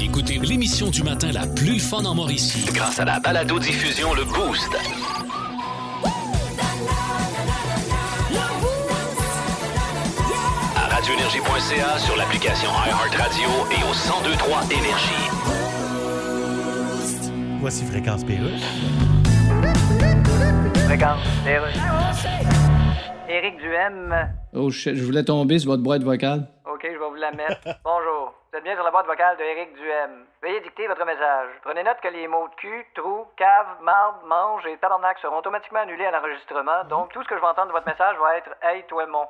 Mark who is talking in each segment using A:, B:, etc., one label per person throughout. A: Écoutez l'émission du matin la plus fun en Mauricie.
B: Grâce à la balado diffusion le boost. À radioénergie.ca sur l'application iHeartRadio et au 1023 énergie.
C: Voici Fréquence Pérusse.
D: Regarde, les rues. Éric Duhem.
E: Oh shit, je voulais tomber sur votre boîte vocale.
D: OK, je vais vous la mettre. Bonjour. Vous êtes bien sur la boîte vocale de Éric Duhem. Veuillez dicter votre message. Prenez note que les mots cul, trou, cave, marde, mange et tabarnak seront automatiquement annulés à l'enregistrement, donc tout ce que je vais entendre de votre message va être Hey, toi, mon.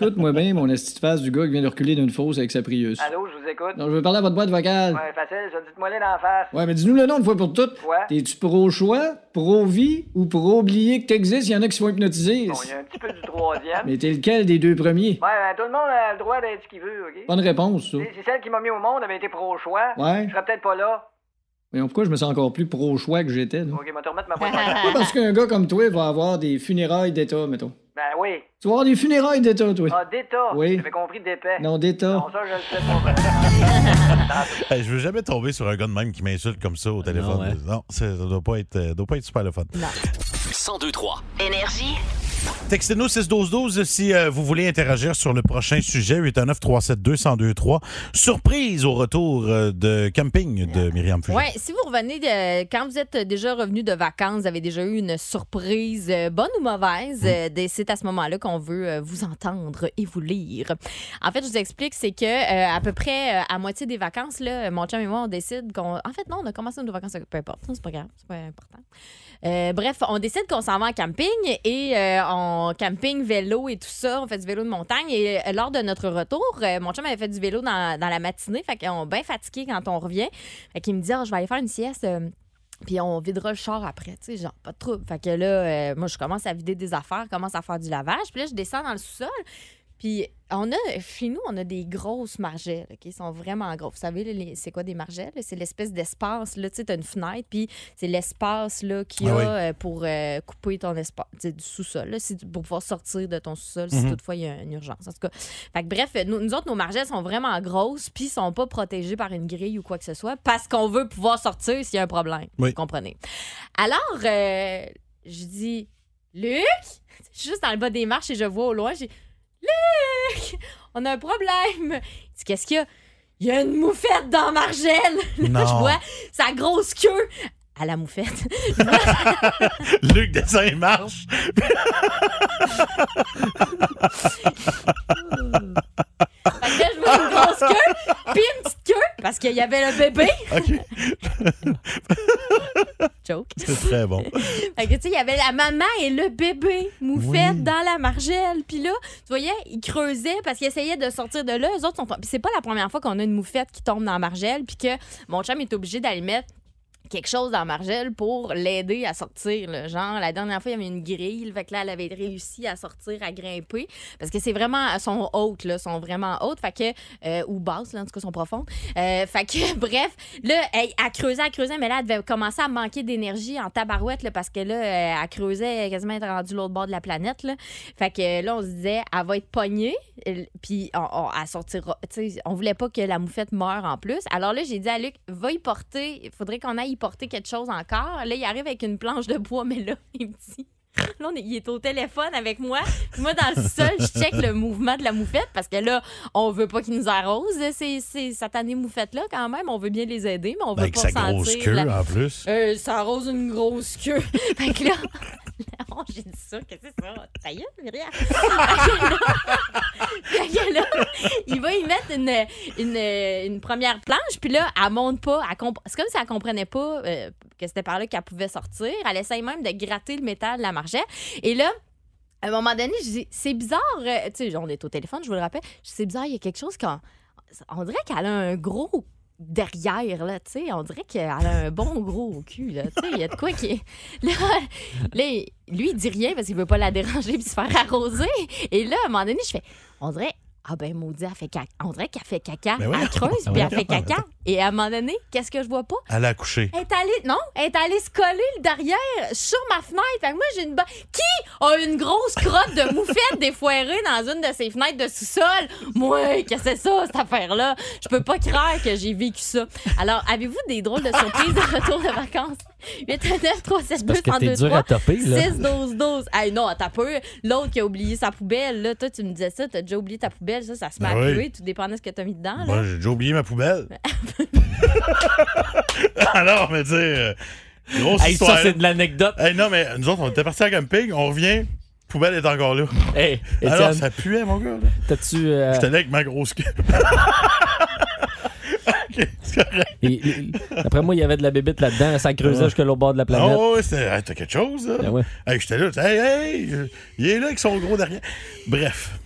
E: Écoute, moi même mon astuce face du gars qui vient de reculer d'une fosse avec sa Prius.
D: Allô, je vous écoute.
E: Non, je veux parler à votre boîte vocale.
D: Ouais, facile, ça dites-moi les d'en face.
E: Ouais, mais dis-nous le nom une fois pour toutes.
D: Ouais.
E: T'es-tu pro-choix, pro-vie ou pro-oublier que t'existes? Il y en a qui se font hypnotiser.
D: Bon, il y a un petit peu du troisième.
E: Mais t'es lequel des deux premiers?
D: Ouais, ben, tout le monde a le droit d'être ce qu'il veut, OK?
E: Bonne réponse, ça.
D: Si si celle qui m'a mis au monde avait été pro-choix,
E: Ouais.
D: je serais peut-être pas là.
E: Voyons, pourquoi je me sens encore plus pro-choix que j'étais, là?
D: OK, je vais te remettre ma boîte vocale.
E: Pas parce qu'un gars comme toi va avoir des funérailles d'État, mettons.
D: Ben oui.
E: Tu vas avoir des funérailles d'État, toi.
D: Ah, d'État.
E: Oui.
D: J'avais compris d'épais.
E: Non, d'État.
D: Bon, ça, je le sais pas.
C: Hey, je veux jamais tomber sur un gars de même qui m'insulte comme ça au téléphone. Non,
E: ouais.
C: c'est- ça doit pas être, euh, doit pas être super le fun.
B: 1023.
F: Énergie.
C: Textez-nous 612-12 si euh, vous voulez interagir sur le prochain sujet, 819-372-1023. Surprise au retour euh, de camping de Myriam Fugit.
G: Oui, si vous revenez, de, quand vous êtes déjà revenu de vacances, vous avez déjà eu une surprise, euh, bonne ou mauvaise, euh, des- c'est à ce moment-là qu'on veut euh, vous entendre et vous lire. En fait, je vous explique, c'est que euh, à peu près euh, à moitié des vacances, là, mon chum et moi, on décide qu'on... En fait, non, on a commencé nos vacances, peu importe, c'est pas grave, c'est pas important. Euh, bref, on décide qu'on s'en va en camping et euh, on camping, vélo et tout ça. On fait du vélo de montagne. Et euh, lors de notre retour, euh, mon chum avait fait du vélo dans, dans la matinée. Fait qu'on est bien fatigué quand on revient. Fait qu'il me dit Ah, Je vais aller faire une sieste. euh, puis on videra le char après, tu sais, genre, pas de trouble. Fait que là, euh, moi, je commence à vider des affaires, commence à faire du lavage. Puis là, je descends dans le sous-sol. Puis on a, chez nous, on a des grosses margelles, qui sont vraiment grosses. Vous savez, là, les- c'est quoi des margelles? C'est l'espèce d'espace, là, tu sais, t'as une fenêtre, puis c'est l'espace, là, qu'il y a
C: Ah oui.
G: euh, pour euh, couper ton espace, tu sais, du sous-sol, là, si tu- pour pouvoir sortir de ton sous-sol si
C: Mhm.
G: toutefois il y a une urgence. En tout cas, fait que bref, nous, nous autres, nos margelles sont vraiment grosses, puis sont pas protégées par une grille ou quoi que ce soit, parce qu'on veut pouvoir sortir s'il y a un problème.
C: Oui.
G: Vous comprenez? Alors, euh, je dis, Luc, je suis juste dans le bas des marches et je vois au loin, j'ai Luc, on a un problème. Il dit, qu'est-ce qu'il y a? Il y a une moufette dans Margelle. Là, je
C: Non.
G: vois sa grosse queue à la moufette.
C: Luc descend et marche.
G: Fait que là, je vois une grosse queue, puis une petite queue, parce qu'il y avait le bébé.
C: OK,
G: Joke.
C: c'est très bon.
G: Fait que, tu sais, il y avait la maman et le bébé moufette
C: Oui.
G: dans la margelle. Puis là, tu voyais, ils creusaient parce qu'ils essayaient de sortir de là. Eux autres sont. Puis c'est pas la première fois qu'on a une moufette qui tombe dans la margelle, puis que mon chum est obligé d'aller mettre quelque chose dans la margelle pour l'aider à sortir. là. Genre, la dernière fois, il y avait une grille, fait que là, elle avait réussi à sortir, à grimper, parce que c'est vraiment, elles sont hautes, là, sont vraiment hautes, fait que, euh, ou basses, là, en tout cas, sont profondes. Euh, fait que, bref, Là, elle, elle creusait, elle creusait, mais là, elle devait commencer à manquer d'énergie en tabarouette là, parce que là, euh, elle creusait quasiment être rendue l'autre bord de la planète. Là. Fait que euh, là, on se disait, elle va être pognée, elle- puis on, on, elle sortira. tu sais, on voulait pas que la moufette meure en plus. Alors là, j'ai dit à Luc, va y porter, il faudrait qu'on aille y porter quelque chose encore. Là, il arrive avec une planche de bois, mais là, il me dit. Là, on est- il est au téléphone avec moi. Puis Moi, dans le sol, je check le mouvement de la moufette parce que là, on veut pas qu'ils nous arrosent, euh, ces, ces satanées moufettes-là, quand même. On veut bien les aider, mais on veut
C: Ben, Avec
G: pas
C: sa
G: sentir...
C: grosse queue,
G: la-
C: en plus.
G: Euh, ça arrose une grosse queue. fait que là... Non, j'ai dit ça, qu'est-ce que c'est ça? Ta gueule, Myriam! fait que là, il va y mettre une, une, une première planche, puis là, elle monte pas. elle comp- C'est comme si elle comprenait pas euh, que c'était par là qu'elle pouvait sortir. Elle essaye même de gratter le métal de la margelle. Et là, à un moment donné, je dis, c'est bizarre. euh, tu sais, on est au téléphone, je vous le rappelle. Je dis, c'est bizarre, il y a quelque chose quand. On dirait qu'elle a un gros derrière, là, tu sais. On dirait qu'elle a un bon gros cul, là. Tu sais, il y a de quoi qui. Là, là, il- lui, il dit rien parce qu'il veut pas la déranger puis se faire arroser. Et là, à un moment donné, je fais, on dirait. Ah ben maudit, elle fait caca. On dirait qu'elle fait caca.
C: Ben ouais.
G: Elle creuse puis elle fait caca. Et à un moment donné, qu'est-ce que je vois pas?
C: Elle a accouché.
G: Elle est allée, non, elle est allée se coller le derrière sur ma fenêtre. Fait que moi, j'ai une. ba- Qui a une grosse crotte de moufette défoirée dans une de ses fenêtres de sous-sol? Moi, qu'est-ce que c'est ça, cette affaire-là? Je peux pas croire que j'ai vécu ça. Alors, avez-vous des drôles de surprises de retour de vacances? 819 372
F: Parce que t'es dur à taper, là.
G: 6, 12, 12. Hey, non, t'as peu. L'autre qui a oublié sa poubelle, là, toi, tu me disais ça, t'as déjà oublié ta poubelle, ça, ça se met
C: Ben
G: à
C: oui. Ben
G: puer, tout dépendait de ce que t'as mis dedans, Ah, là.
C: Moi, j'ai déjà oublié ma poubelle. Alors, mais dire, euh, grosse
F: Hey,
C: histoire.
F: ça, c'est de l'anecdote.
C: Hey, non, mais nous autres, on était partis à camping, on revient, poubelle est encore là.
F: Hey,
C: Alors,
F: Étienne,
C: ça puait, mon gars. là.
F: t'as-tu. euh,
C: J'étais là avec ma grosse queue. Ok, c'est correct.
F: et- et- D'après moi, il y avait de la bébite là-dedans, ça creusait jusque l'autre bord de la planète.
C: Oh, Ah. ouais, c'était. hey, T'as quelque chose, là?
F: Ben ouais.
C: Hey, j'étais là, hey, hey, euh, il est là avec son gros derrière. Bref.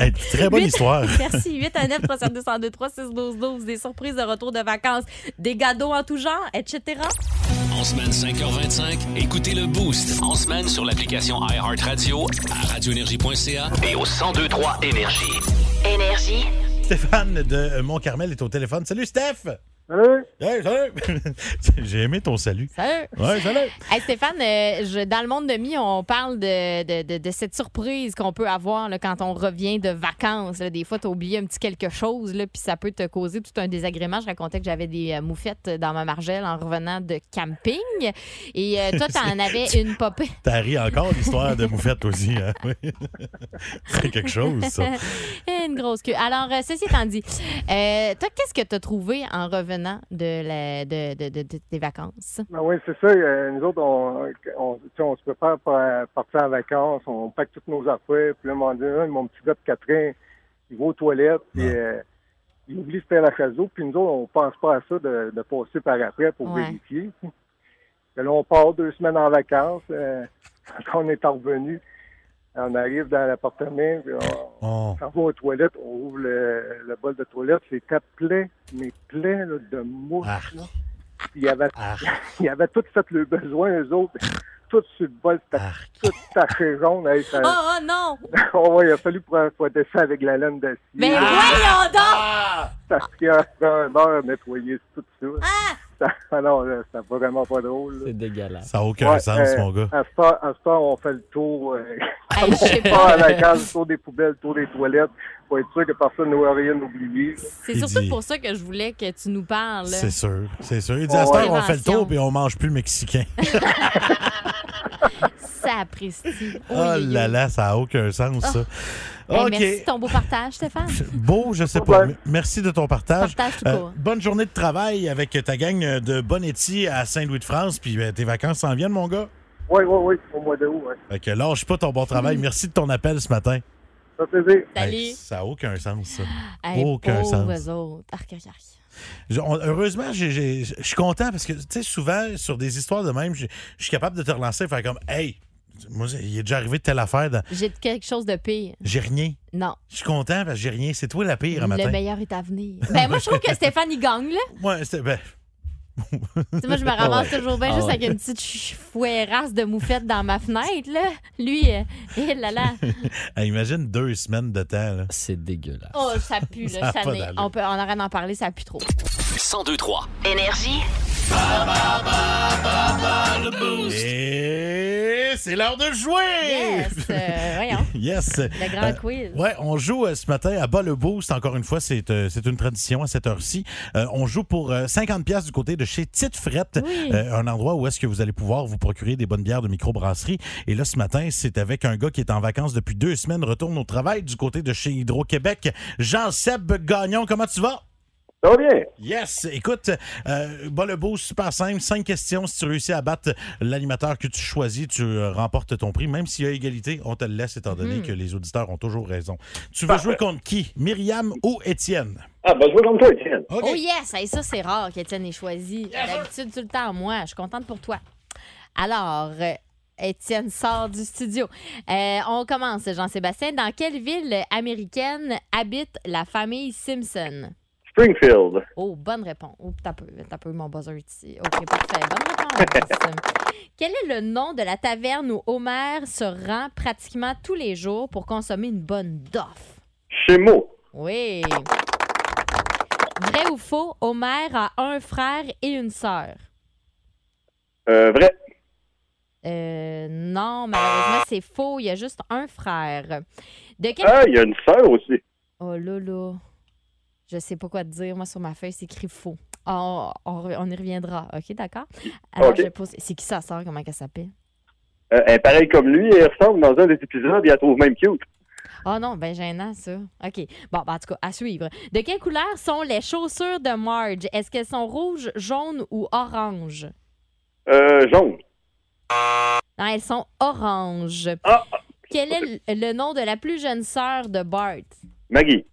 C: Hey, très bonne
G: Huit-
C: histoire.
G: Merci. 8 à 9, 372 102, 6, 12, 12. Des surprises de retour de vacances, des cadeaux en tout genre, etc.
A: En semaine 5h25, écoutez le Boost.
B: En semaine sur l'application iHeartRadio
A: à radioénergie.ca.
B: et au 1023 Énergie.
H: Énergie.
C: Stéphane de euh, Montcarmel est au téléphone. Salut, Steph!
I: Salut!
C: Hey, salut! J'ai aimé ton salut.
G: Salut.
C: Ouais, salut!
G: Hey, Stéphane, euh, je- dans le monde de mi, on parle de, de- de- de cette surprise qu'on peut avoir là, quand on revient de vacances. là. Des fois, tu oublié un petit quelque chose, là, puis ça peut te causer tout un désagrément. Je racontais que j'avais des euh, moufettes dans ma margelle en revenant de camping. Et euh, toi, t'en avais une popée.
C: T'as ri encore l'histoire de Moufette aussi, hein? Oui. C'est quelque chose, ça.
G: Une grosse queue. Alors, euh, ceci étant dit, euh, toi, qu'est-ce que tu as trouvé en revenant de la- de- de- de- de- des vacances?
I: Ben oui, c'est ça. euh, nous autres, on, on, tu sais, on se prépare pour euh, partir en vacances, on pack toutes nos affaires, puis là, mon, euh, mon petit gars de 4 ans, il va aux toilettes, puis
C: Ouais.
I: euh, il oublie de faire la chasse d'eau, puis nous autres, on pense pas à ça de, de passer par après pour
G: Ouais.
I: vérifier. Puis là, on part deux semaines en vacances. euh, quand on est revenu, on arrive dans l'appartement, puis on,
C: Oh.
I: on va aux toilettes, on ouvre le, le bol de toilette, c'était plein, mais plein là, de mouches.
C: Ah.
I: là. Puis il y avait,
C: Ah.
I: il y avait tout fait le besoin, eux autres. Tout sur le bol, c'était
C: Ah.
I: tout taché jaune. Hey, ça-
G: Oh, oh non!
I: oh, ouais, il a fallu pour frotter ça avec la laine d'acier.
G: Mais Ben, voyons donc!
I: Parce ah, qu'il y a un beurre nettoyer tout ça. Ça- Ah! non, là, c'était vraiment pas drôle. là.
F: C'est dégueulasse.
C: Ça n'a aucun
I: Ouais,
C: sens,
I: euh,
C: mon gars.
I: À ce temps, à ce temps, on fait le tour. euh,
G: Hey, je sais
I: on part à
G: pas.
I: la case, le tour des poubelles, le tour des toilettes, pour être sûr que personne n'a rien oublié.
G: C'est
C: Il
G: surtout
C: dit-
G: pour ça que je voulais que tu nous parles.
C: C'est sûr, c'est sûr. Il dit,
I: Ouais.
C: à cette heure, on fait le
G: Prévention.
C: tour puis on mange plus le mexicain.
G: Ça apprécie.
C: Oh là là, ça n'a aucun sens, ça. OK.
G: Ah. Merci de ton beau partage, Stéphane.
C: Beau, je sais
I: Pas de
C: pas.
I: problème.
C: Merci de ton partage. euh,
G: Partage tout court.
C: bonne journée de travail avec ta gang de Bonetti à Saint-Louis-de-France. Puis ben, tes vacances s'en viennent, mon gars.
I: Oui, oui, oui, au mois d'août. Ouais.
C: Fait que lâche pas ton bon travail. Merci de ton appel ce matin.
I: Ça fait plaisir.
G: Mm. Salut.
C: Hey, ça n'a aucun sens, ça.
G: Hey,
C: aucun
G: pauvres
C: sens.
G: autres. Arc, arc, arc.
C: Je- on- heureusement, j'ai- j'ai- je suis content parce que, tu sais, souvent, sur des histoires de même, je je suis capable de te relancer et faire comme, hey, moi, il est déjà arrivé telle affaire, dans-
G: J'ai quelque chose de pire.
C: j'ai rien.
G: Non.
C: Je suis content parce que j'ai rien. C'est toi la pire un
G: Le
C: matin.
G: meilleur est à venir. Ben, moi, je trouve que Stéphane, il gagne, là.
C: Ouais, c'était- ben,
G: Tu sais, moi, je me ramasse toujours bien
F: Ah
G: juste
F: ouais.
G: avec une petite ch- fouerasse de moufette dans ma fenêtre, là. Lui, euh, hé là là.
C: hey, imagine deux semaines de temps. là.
F: C'est dégueulasse.
G: Oh, ça pue,
C: Ça a
G: là, ça
C: pas
G: n'est-
C: d'allure.
G: On, peut, on arrête d'en parler, ça pue trop.
B: 1023.
H: Énergie.
C: Et c'est l'heure de jouer!
G: Yes! euh, voyons,
C: Yes.
G: le grand
C: Euh,
G: quiz.
C: Ouais, on joue euh, ce matin à bas le boost. Encore une fois, c'est euh, c'est une tradition à cette heure-ci. Euh, on joue pour euh, 50 pièces du côté de chez Tite Frette,
G: Oui.
C: euh, un endroit où est-ce que vous allez pouvoir vous procurer des bonnes bières de microbrasserie. Et là, ce matin, c'est avec un gars qui est en vacances depuis deux semaines, retourne au travail du côté de chez Hydro-Québec. Jean-Seb Gagnon, comment tu vas?
I: Ça va bien.
C: Yes! Écoute, euh, bas le boost, super simple. Cinq questions. Si tu réussis à battre l'animateur que tu choisis, tu euh, remportes ton prix. Même s'il y a égalité, on te le laisse étant
G: Mhm.
C: donné que les auditeurs ont toujours raison. Tu veux jouer contre qui? Myriam ou Étienne?
I: Ah, ben, je vais comme toi, Étienne.
C: OK.
G: Oh yes! Hey, ça, c'est rare qu'Étienne ait choisi. D'habitude, tout le temps, moi. Je suis contente pour toi. Alors, euh, Étienne sort du studio. Euh, on commence, Jean-Sébastien. Dans quelle ville américaine habite la famille Simpson?
I: Springfield.
G: Oh, bonne réponse. Oh, t'as peu, t'as peu mon buzzer est ici. OK, parfait. Bonne réponse. Quel est le nom de la taverne où Homer se rend pratiquement tous les jours pour consommer une bonne doff?
I: Chez moi.
G: Oui. Vrai ou faux, Homer a un frère et une sœur?
I: Euh, vrai.
G: Euh, non, malheureusement, c'est faux. Il y a juste un frère. De quel...
I: Ah, il y a une sœur aussi.
G: Oh là là. Je sais pas quoi te dire. Moi, sur ma feuille, c'est écrit faux. Ah, On, on re- on y reviendra. OK, d'accord? Alors,
I: Ok.
G: je pose... C'est qui sa sœur? Comment elle s'appelle?
I: Euh, elle est pareille comme lui, elle ressemble dans un des épisodes, il la trouve même cute.
G: Ah non, ben gênant, ça. OK. Bon, ben, en tout cas, à suivre. De quelle couleur sont les chaussures de Marge? Est-ce qu'elles sont rouges, jaunes ou oranges?
I: Euh, jaune.
G: Non, elles sont oranges.
I: Ah,
G: Quel est le- le nom de la plus jeune sœur de Bart?
I: Maggie.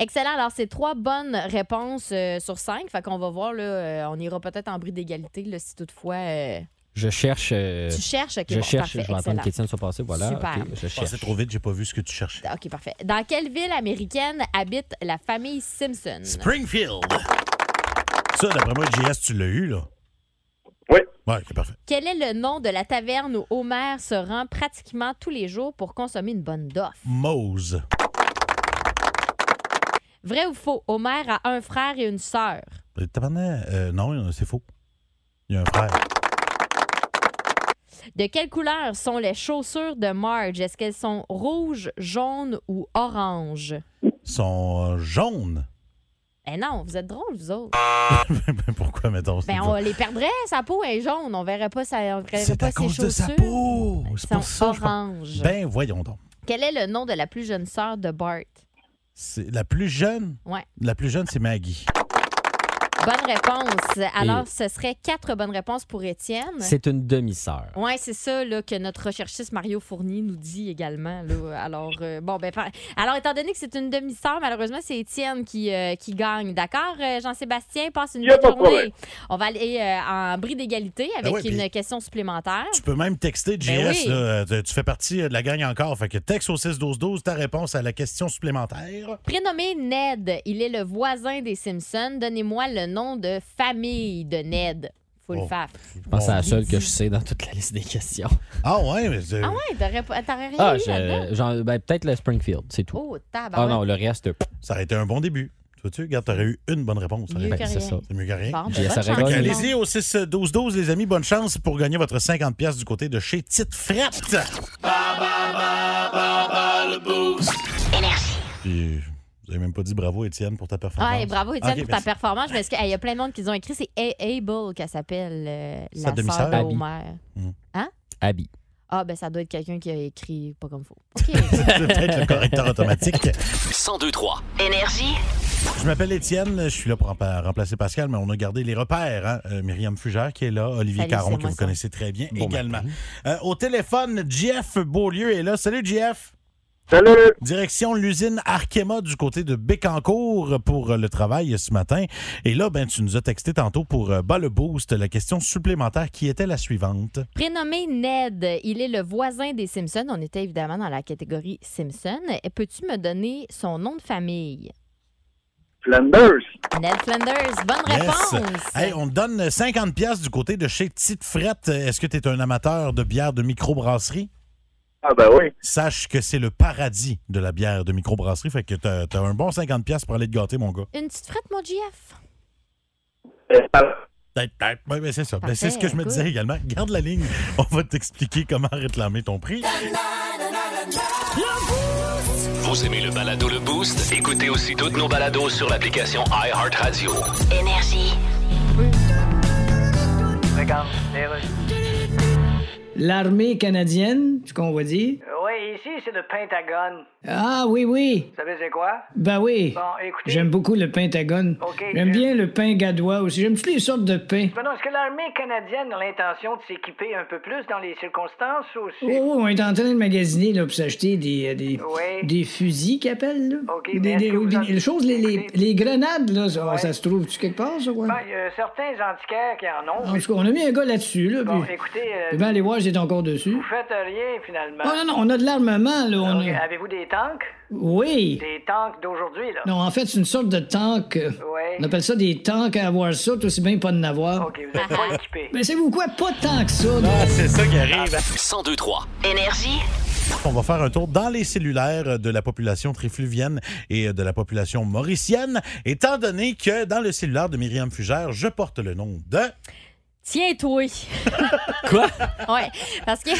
G: Excellent. Alors, c'est trois bonnes réponses euh, sur cinq. Fait qu'on va voir, là, euh, on ira peut-être en bris d'égalité là, si toutefois euh,
F: Je cherche. euh,
G: tu cherches. Ok,
F: je
G: bon,
F: cherche.
G: parfait,
F: je vais
G: excellent.
F: entendre qu'Étienne soit passée. Voilà.
G: Super.
F: ok, je
C: Je passais
F: cherche.
C: trop vite, j'ai pas vu ce que tu cherchais.
G: OK, parfait. Dans quelle ville américaine habite la famille Simpson?
C: Springfield. Ça, d'après moi, JS, tu l'as eu, là.
I: Oui.
C: Ouais, ok, parfait.
G: Quel est le nom de la taverne où Homer se rend pratiquement tous les jours pour consommer une bonne doffe?
C: Mose.
G: Vrai ou faux? Homer a un frère et une sœur.
C: Euh, tabarnak, euh, non, c'est faux. Il y a un frère.
G: De quelle couleur sont les chaussures de Marge? Est-ce qu'elles sont rouges, jaunes ou oranges?
C: Ils sont euh, jaunes.
G: Eh non, vous êtes drôles, vous autres.
C: Mais Pourquoi, mettons, c'est
G: Ben, on
C: ça?
G: les perdrait, sa peau est jaune. On verrait pas, sa, on verrait
C: C'est
G: pas
C: à cause
G: ses
C: de sa
G: chaussures. ben,
C: peau. C'est
G: Elles
C: pour
G: sont
C: ça. je pense-
G: oranges.
C: Ben, voyons donc.
G: Quel est le nom de la plus jeune sœur de Bart?
C: C'est la plus jeune.
G: Ouais.
C: La plus jeune, c'est Maggie.
G: Bonne réponse. Alors, ce serait quatre bonnes réponses pour Étienne.
F: C'est une demi-sœur.
G: Oui, c'est ça là, que notre recherchiste Mario Fournier nous dit également. là. Alors, euh, bon, ben, par- Alors, étant donné que c'est une demi-sœur, malheureusement, c'est Étienne qui, euh, qui gagne. D'accord, euh, Jean-Sébastien? Passe une
I: Y a
G: bonne
I: pas de
G: journée. On va aller euh, en bris d'égalité
F: Ben
G: avec
C: ouais,
G: une
C: puis-
G: question supplémentaire.
C: Tu peux même texter JS.
G: Ben oui.
C: là, euh, tu- tu fais partie euh, de la gang encore. Fait que texte au 6-12-12 ta réponse à la question supplémentaire.
G: Prénommé Ned, il est le voisin des Simpsons. Donnez-moi le nom de famille de Ned. Faut le
C: Oh.
G: faire.
F: Je pense
C: Bon.
F: à la seule que je sais dans toute la liste des questions.
C: Ah ouais, mais euh,
G: Ah ouais, t'aurais pas- t'aurais rien
F: Ah,
G: eu
F: je-
G: là-dedans?
F: genre, ben, peut-être le Springfield, c'est tout.
G: Oh, tabac.
F: Ah non, le reste, pff,
C: ça aurait été un bon début. Tu vois-tu, regarde, t'aurais eu une bonne réponse. Hein?
G: Mieux
F: ben,
G: que
F: c'est
G: rien.
F: ça.
C: C'est mieux que rien.
G: Bon, ben,
F: J'ai-
G: bonne
F: ça
G: chance,
F: rigole.
G: tout le monde.
C: Allez-y au 6-12-12, les amis. Bonne chance pour gagner votre 50$ piastres du côté de chez Tite Frette. Puis, vous avez même pas dit bravo, Étienne, pour ta performance.
G: Ah, et bravo, Étienne,
C: Ok,
G: pour
C: merci.
G: ta performance. Parce qu'il y a plein de monde qui ont écrit, c'est A- Able qu'elle s'appelle euh,
C: Sa
G: la
C: demi-sœur.
G: sœur
F: Abby.
G: d'Homer.
F: Abby.
G: Ah, ben ça doit être quelqu'un qui a écrit pas comme faut. OK.
C: C'est peut-être le correcteur automatique.
B: 1023.
H: Énergie.
C: Je m'appelle Étienne, je suis là pour empa- remplacer Pascal, mais on a gardé les repères. hein. Euh, Myriam Fugère qui est là, Olivier
G: Salut,
C: Caron
G: c'est
C: que
G: moi,
C: vous
G: ça.
C: connaissez très bien
F: Bon
C: également.
F: matin.
C: Euh, au téléphone, Jeff Beaulieu est là. Salut Jeff!
I: Salut!
C: Direction l'usine Arkema du côté de Bécancour pour euh, le travail ce matin. Et là, ben, tu nous as texté tantôt pour euh, Bas le Boost la question supplémentaire qui était la suivante.
G: Prénommé Ned, il est le voisin des Simpsons. On était évidemment dans la catégorie Simpson. Et Peux-tu me donner son nom de famille?
I: Flanders!
G: Ned Flanders, bonne
C: Yes.
G: réponse.
C: Hey, on te donne 50 pièces du côté de chez Tite Frette. Est-ce que tu es un amateur de bière de microbrasserie?
I: Ah ben oui.
C: sache que c'est le paradis de la bière de microbrasserie. Fait que t'as t'as un bon 50$ piastres pour aller te gâter, mon gars.
G: Une petite frette, mon GF.
I: Euh,
C: Oui, c'est ça. Ben,
G: Parfait,
C: c'est ce que je me
G: écoute.
C: disais également. Garde la ligne. On va t'expliquer comment réclamer ton prix.
B: Vous aimez le balado Le Boost? Écoutez aussi toutes nos balados sur l'application iHeartRadio.
H: Énergie.
D: Regarde, les Russes.
E: L'armée canadienne, ce qu'on va dire.
D: Euh, Oui, ici, c'est le Pentagone.
E: Ah oui, oui.
D: Vous savez, c'est quoi?
E: Ben oui.
D: Bon, écoutez.
E: J'aime beaucoup le Pentagone.
D: Ok.
E: J'aime bien le pain gadois aussi. J'aime toutes les sortes de pain.
D: Ben non, est-ce que l'armée canadienne a l'intention de s'équiper un peu plus dans les circonstances ou
E: Oh,
D: c'est...
E: oh, on est en train de magasiner là, pour s'acheter des, euh, des,
D: Oui.
E: des fusils qu'ils appellent. Là.
D: Ok,
E: Des-
D: mais est-ce
E: des-
D: que vous
E: oui,
D: en-
E: puis les, choses, les, les,
D: Écoutez.
E: les grenades, là, ça,
D: Ouais.
E: ça se trouve quelque part, ça, quoi?
D: Ben, il y a certains antiquaires qui en ont.
E: En tout cas, on a mis un gars là-dessus, là.
D: Bon,
E: puis-
D: écoutez, euh,
E: Je vais aller voir, j'étais encore dessus.
D: vous faites rien, finalement.
E: Oh non, non, on a de l'armement, là. On
D: Ok,
E: a-
D: Avez-vous des tanks?
E: Oui.
D: Des tanks d'aujourd'hui, là?
E: Non, en fait, c'est une sorte de tank. euh,
D: Ouais.
E: On appelle ça des tanks à avoir ça, tout aussi bien pas de n'avoir.
D: OK, vous n'êtes pas équipé.
E: Mais Ah, c'est vous quoi? Pas tant que ça.
C: c'est ça qui arrive.
B: 1023.
H: Énergie.
C: Ah, On va faire un tour dans les cellulaires de la population trifluvienne et de la population mauricienne, étant donné que dans le cellulaire de Myriam Fugère, je porte le nom de...
G: Tiens-toi.
F: Quoi?
G: Ouais, parce que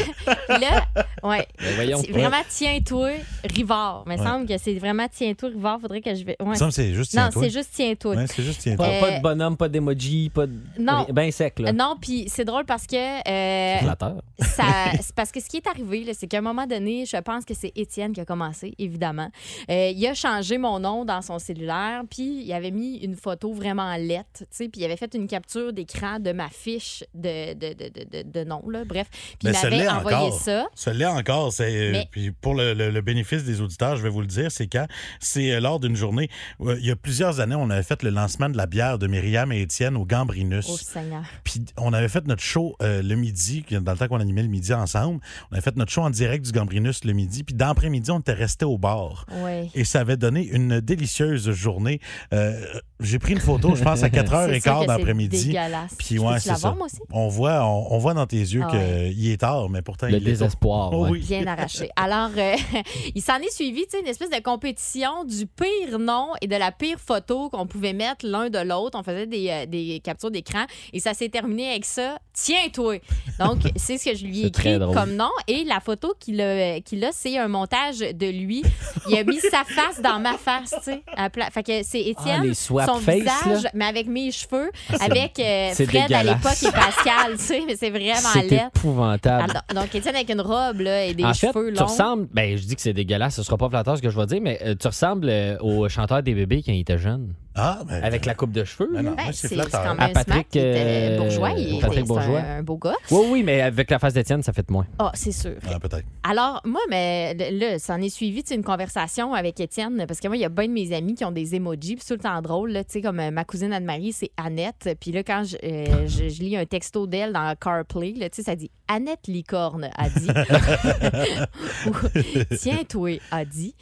G: là, ouais,
F: Ben voyons.
G: c'est vraiment tiens-toi, Rivard. Il me
C: Ouais.
G: semble que c'est vraiment tiens-toi, Rivard. Faudrait que je vais. ouais.
C: Il me semble que c'est juste
G: Non,
C: tiens-toi.
G: c'est juste tiens-toi.
C: Ouais, c'est juste
F: Pas,
C: tiens-toi.
G: Euh,
F: pas de bonhomme, pas d'emoji, pas de.
G: Non.
F: Ben sec, là.
G: Euh, Non, puis c'est drôle parce que euh,
F: Flatteur.
G: ça- c'est parce que ce qui est arrivé, là, c'est qu'à un moment donné, je pense que c'est Étienne qui a commencé, évidemment. Euh, il a changé mon nom dans son cellulaire, puis il avait mis une photo vraiment lette, tu sais, puis il avait fait une capture d'écran de ma fiche de, de, de, de- de- de nom, là, bref. Puis
C: Mais
G: il
C: ça
G: m'avait
C: l'est
G: envoyé
C: encore.
G: ça.
C: Ça l'est encore. c'est- euh,
G: Mais-
C: Puis pour le, le- le bénéfice des auditeurs, je vais vous le dire, c'est quand? C'est euh, lors d'une journée. euh, il y a plusieurs années, on avait fait le lancement de la bière de Myriam et Étienne au Gambrinus.
G: Oh Seigneur.
C: Puis on avait fait notre show euh, le midi, dans le temps qu'on animait le midi ensemble. On avait fait notre show en direct du Gambrinus le midi. Puis d'après-midi, on était resté au bar.
G: Oui.
C: Et ça avait donné une délicieuse journée. Euh, J'ai pris une photo, je pense, à 4h15 d'après-midi. Puis ouais, c'est ça.
G: moi aussi?
C: On voit, on, on voit dans tes yeux
G: Ah
C: qu'il
G: ouais.
C: est tard, mais pourtant
F: Le
C: il est tard.
F: désespoir.
C: Oh
F: ouais.
C: oui.
G: Bien arraché. Alors, euh, il s'en est suivi, tu sais, une espèce de compétition du pire nom et de la pire photo qu'on pouvait mettre l'un de l'autre. On faisait des, euh, des captures d'écran et ça s'est terminé avec ça. Tiens-toi. Donc, c'est ce que je lui ai
F: C'est très
G: écrit
F: drôle.
G: comme nom. Et la photo qu'il a, qu'il a, c'est un montage de lui. Il a mis sa face dans ma face, tu sais. à plat. Fait que c'est
F: Ah,
G: Étienne.
F: les swap
G: son
F: face,
G: visage,
F: là. Ah,
G: mais avec mes cheveux,
F: c'est-
G: avec euh,
F: c'est
G: Fred à l'époque
F: dégueulasse.
G: et Pascal, tu sais, mais c'est vraiment
F: C'est
G: laid.
F: épouvantable.
G: Ah, donc, Étienne avec une robe là, et des
F: en fait,
G: cheveux
F: tu
G: longs.
F: ressembles. Ben, je dis que c'est dégueulasse, ce sera pas flatteur ce que je vais dire, mais euh, tu ressembles euh, au chanteur des bébés quand il était jeune,
C: Ah, ben,
F: avec la coupe de cheveux.
C: ben
F: là.
C: non,
G: Ben,
C: moi,
G: c'est
C: c'est
G: c'est quand
C: flatteur.
G: même
F: À Patrick,
G: smart, il était
F: euh,
G: bourgeois, il était
F: Patrick
G: c'est un-
F: Bourgeois.
G: un, beau gars.
F: Oui, oui, mais avec la face d'Étienne, ça fait de moins.
G: Ah, c'est sûr.
C: Ah, peut-être.
G: Alors, moi, mais là, ça en est suivi, tu sais, une conversation avec Étienne, parce que moi, il y a bien de mes amis qui ont des emojis, puis c'est tout le temps drôle, là, tu sais, comme euh, ma cousine Anne-Marie, c'est Annette, puis là, quand je, euh, je- je lis un texto d'elle dans CarPlay, là, tu sais, ça dit « Annette Licorne a dit » Tiens-toi, a dit.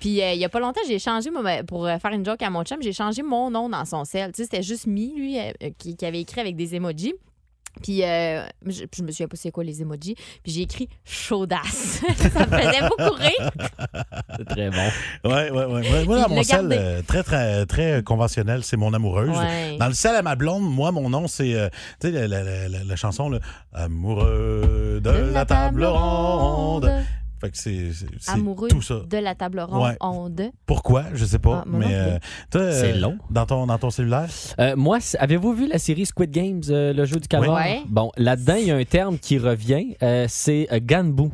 G: Puis euh, il y a pas longtemps, j'ai changé, moi, ma- pour euh, faire une joke à mon chum, j'ai changé mon nom dans son sel, tu sais, c'était juste Mi, lui, euh, qui, qui avait écrit avec des emojis. Puis euh, je, je me souviens pas c'est quoi les emojis. Puis j'ai écrit chaudasse. ça me faisait beaucoup rire.
F: C'est très bon.
C: Ouais, ouais, ouais. Moi, Moi, dans
G: Il
C: mon
G: l'a
C: sel,
G: gardé.
C: euh, très, très, très conventionnel, Ah c'est mon amoureuse.
G: Ouais.
C: Dans le sel à ma blonde, moi, mon nom, c'est, euh, tu sais, la, la- la- la- la chanson, là, Amoureux de, la table ronde. Fait que c'est, c'est- c'est
G: Amoureux
C: tout ça.
G: de la table ronde
C: Ouais.
G: onde.
C: Pourquoi? Je sais pas.
G: Ah, moi non
C: mais
G: plus.
C: euh, toi, euh,
F: C'est long.
C: Dans ton, dans ton cellulaire?
F: Euh, moi, c- avez-vous vu la série Squid Games, euh, le jeu du calvaire?
G: Oui. Ouais.
F: Bon, là-dedans, il y a un terme qui revient, euh, c'est euh, Ganbu.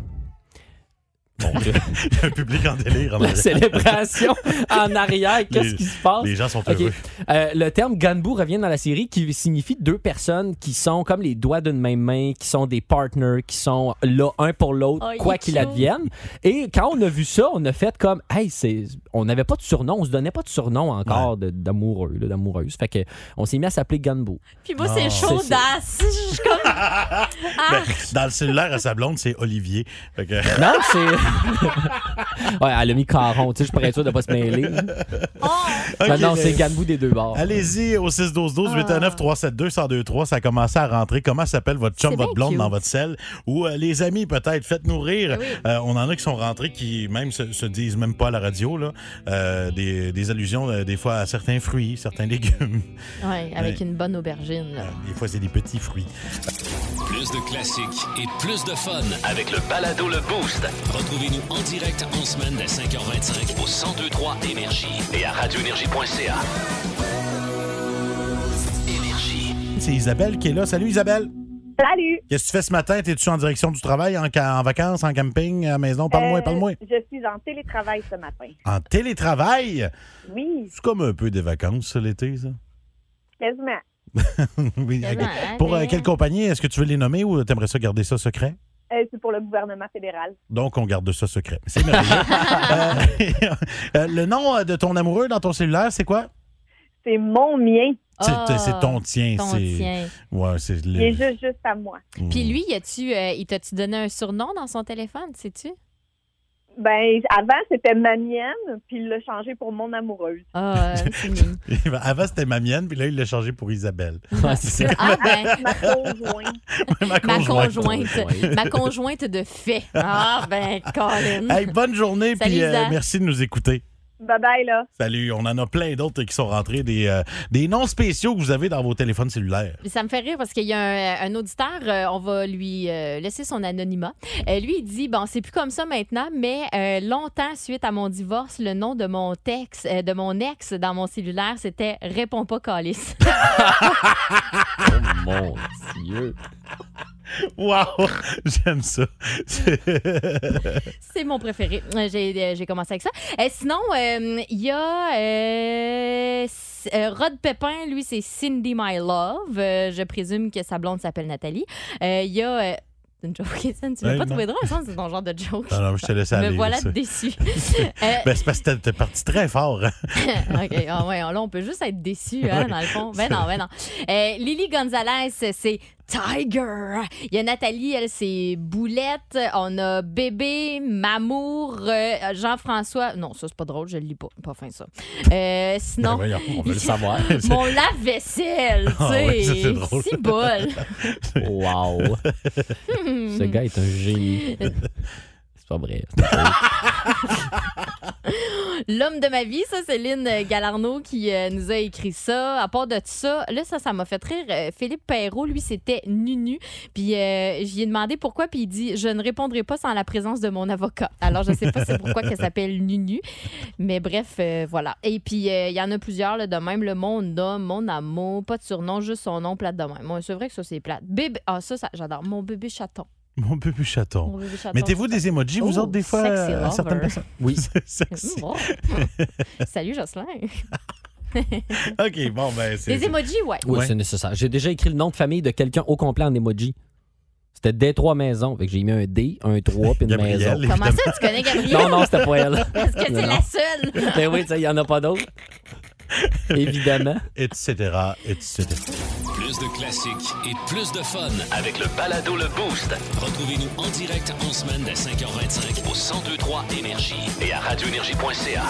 C: Il y a un public en délire. en
F: La
C: arrière.
F: célébration en arrière, qu'est-ce qui se passe?
C: Les gens sont
F: Ok.
C: heureux.
F: Euh, le terme Ganbu revient dans la série qui signifie deux personnes qui sont comme les doigts d'une même main, qui sont des partners, qui sont là un pour l'autre,
G: Oh, il
F: quoi
G: est
F: qu'il
G: cute.
F: advienne. Et quand on a vu ça, on a fait comme, hey, c'est- on n'avait pas de surnom, on se donnait pas de surnom encore de- d'amoureux, là, d'amoureuse. Fait que on s'est mis à s'appeler Ganbu.
G: Puis moi,
C: Non.
G: c'est chaudasse. Je suis comme. Ah!
C: Ben, dans le cellulaire à sa blonde, c'est Olivier. Fait que-
F: Non, c'est. ouais, elle a mis caron, tu sais, je pourrais être sûr de pas se mêler.
G: oh!
C: Ok,
F: Maintenant, Ben
C: mais-
F: c'est Ganbu des deux bords.
C: Allez-y au 6 12 12 819 372 1023 ça a commencé à rentrer. Comment s'appelle votre chum,
G: C'est bien
C: votre blonde
G: cute.
C: dans votre selle ou euh, les amis peut-être, faites-nous rire.
G: Oui.
C: Euh, on en a qui sont rentrés qui même se, se disent même pas à la radio là, Euh, des, des allusions euh, des fois à certains fruits, certains légumes.
G: Ouais, avec une bonne aubergine. là.
C: Des fois c'est des petits fruits.
A: Plus de classiques et plus de fun.
B: Avec le balado Le Boost
A: Retrouvez-nous en direct en semaine dès 5h25
B: au 1023 Énergie et à radioénergie.ca. Énergie.
C: C'est Isabelle qui est là. Salut Isabelle.
H: Salut!
C: Qu'est-ce que tu fais ce matin Es-tu en direction du travail, en, ca- en vacances, en camping, à la maison Parle-moi,
H: Euh,
C: parle-moi.
H: Je suis en télétravail ce matin.
C: En télétravail,
H: Oui,
C: c'est comme un peu des vacances ça, l'été ça.
H: quasiment.
C: oui,
G: Quasiment,
C: ok.
G: hein,
C: Pour euh,
G: mais-
C: quelle compagnie? Est-ce que tu veux les nommer ou t'aimerais ça garder ça secret?
H: Euh, c'est pour le gouvernement fédéral.
C: Donc, on garde ça secret. C'est merveilleux. Euh, euh, le nom euh, de ton amoureux dans ton cellulaire, c'est quoi?
H: C'est mon mien.
C: C'est-
G: Ah,
C: c'est ton tien.
G: Ton
C: c'est-
G: tien.
C: Ouais, c'est le-
H: Il est juste, juste à moi.
C: Mm.
G: Puis lui, y a-tu, euh, il t'a-tu donné un surnom dans son téléphone, sais-tu?
H: Ben, avant, c'était ma mienne, puis il l'a changé pour mon amoureuse.
G: Ah, euh, c'est mignon.
C: Avant, c'était ma mienne, puis là, il l'a changé pour Isabelle.
F: Ouais, c'est ça.
G: Ah, ben,
H: Ma conjointe.
C: ma
G: ma
C: conjointe.
G: conjointe. ma conjointe de fait. Ah, ben, Colin.
C: Hey, bonne journée,
G: Salut,
C: puis euh,
G: Isa.
C: merci de nous écouter.
H: bye bye, là.
C: Salut, on en a plein d'autres qui sont rentrés, des, euh, des noms spéciaux que vous avez dans vos téléphones cellulaires.
G: Ça me fait rire parce qu'il y a un, un auditeur, euh, on va lui euh, laisser son anonymat. Euh, lui, il dit Bon, c'est plus comme ça maintenant, mais euh, longtemps, suite à mon divorce, le nom de mon texte, euh, de mon ex dans mon cellulaire, c'était Réponds pas, Calice.
F: Oh mon Dieu.
C: Wow! J'aime ça. C'est-
G: c'est mon préféré. Euh, J'ai euh, j'ai commencé avec ça. Euh, sinon, euh, il y a euh, S- euh, Rod Pépin, lui, c'est Cindy My Love. Euh, je présume que sa blonde s'appelle Nathalie. Euh, Il y a. euh, c'est une joke, Étienne. Tu l'as
C: Ouais,
G: pas
C: non.
G: trouvé drôle, ça, c'est ton genre de joke.
C: non, non, je te laisse aller.
G: Me voilà
C: ça.
G: déçu. Euh,
C: Ben, c'est parce que t'es- t'es parti très fort. hein.
G: OK. Ah ouais, là, on peut juste être déçu, hein,
C: Ouais.
G: dans le fond. Ben non, ben non. Euh, Lily Gonzalez, c'est Tiger. Il y a Nathalie, elle, c'est Boulette. On a Bébé, Mamour, euh, Jean-François. Non, ça, c'est pas drôle, je le lis pas. Pas fin, ça. Euh,
C: Ben,
G: sinon.
C: voyons, on
F: On veut le savoir.
G: Mon lave-vaisselle, tu
C: Ah ouais, ça, c'est
G: sais,
C: drôle.
G: si bol.
F: Wow.
G: Mhm.
F: Ce gars est un génie. C'est pas vrai.
G: L'homme de ma vie, ça, Céline Galarno qui euh, nous a écrit ça. À part de ça, là, ça, ça m'a fait rire. Euh, Philippe Perrault, lui, c'était Nunu. Puis euh, j'y ai demandé pourquoi, puis il dit Je ne répondrai pas sans la présence de mon avocat. Alors, je sais pas c'est pourquoi qu'elle s'appelle Nunu. Mais bref, euh, voilà. Et puis, euh, il y en a plusieurs, là, de même le monde homme, mon amour, pas de surnom, juste son nom, plate de même. Bon, c'est vrai que ça, c'est plate. Bébé. Ah, ça, ça j'adore. Mon bébé chaton.
C: Mon bébé chaton.
G: Mon bébé chaton.
C: Mettez-vous des emojis, vous
G: Oh,
C: autres, des fois, euh,
G: sexy
C: à certaines
G: lover.
C: personnes.
F: Oui.
C: Sexy.
G: Wow. Salut, Jocelyn.
C: OK, bon, ben, c'est.
G: Mm. Des emojis, ouais.
F: Oui,
C: Ouais.
F: c'est nécessaire. J'ai déjà écrit le nom de famille de quelqu'un au complet en emoji. C'était des trois maisons. Fait que j'ai mis un D, un 3 puis une
C: Gabriel,
F: maison.
G: Comment
C: évidemment.
G: ça, tu connais Gabriel?
F: Non, non, c'était pas elle.
G: Parce que
F: Non,
G: c'est
F: non.
G: la seule.
F: Ben oui, tu sais, il n'y en a pas d'autres. Évidemment.
C: etc., etc.
A: Plus de classiques et plus de fun.
B: Avec le balado Le Boost
A: Retrouvez-nous en direct en semaine dès 5h25
B: au 1023 Énergie et à radioénergie.ca.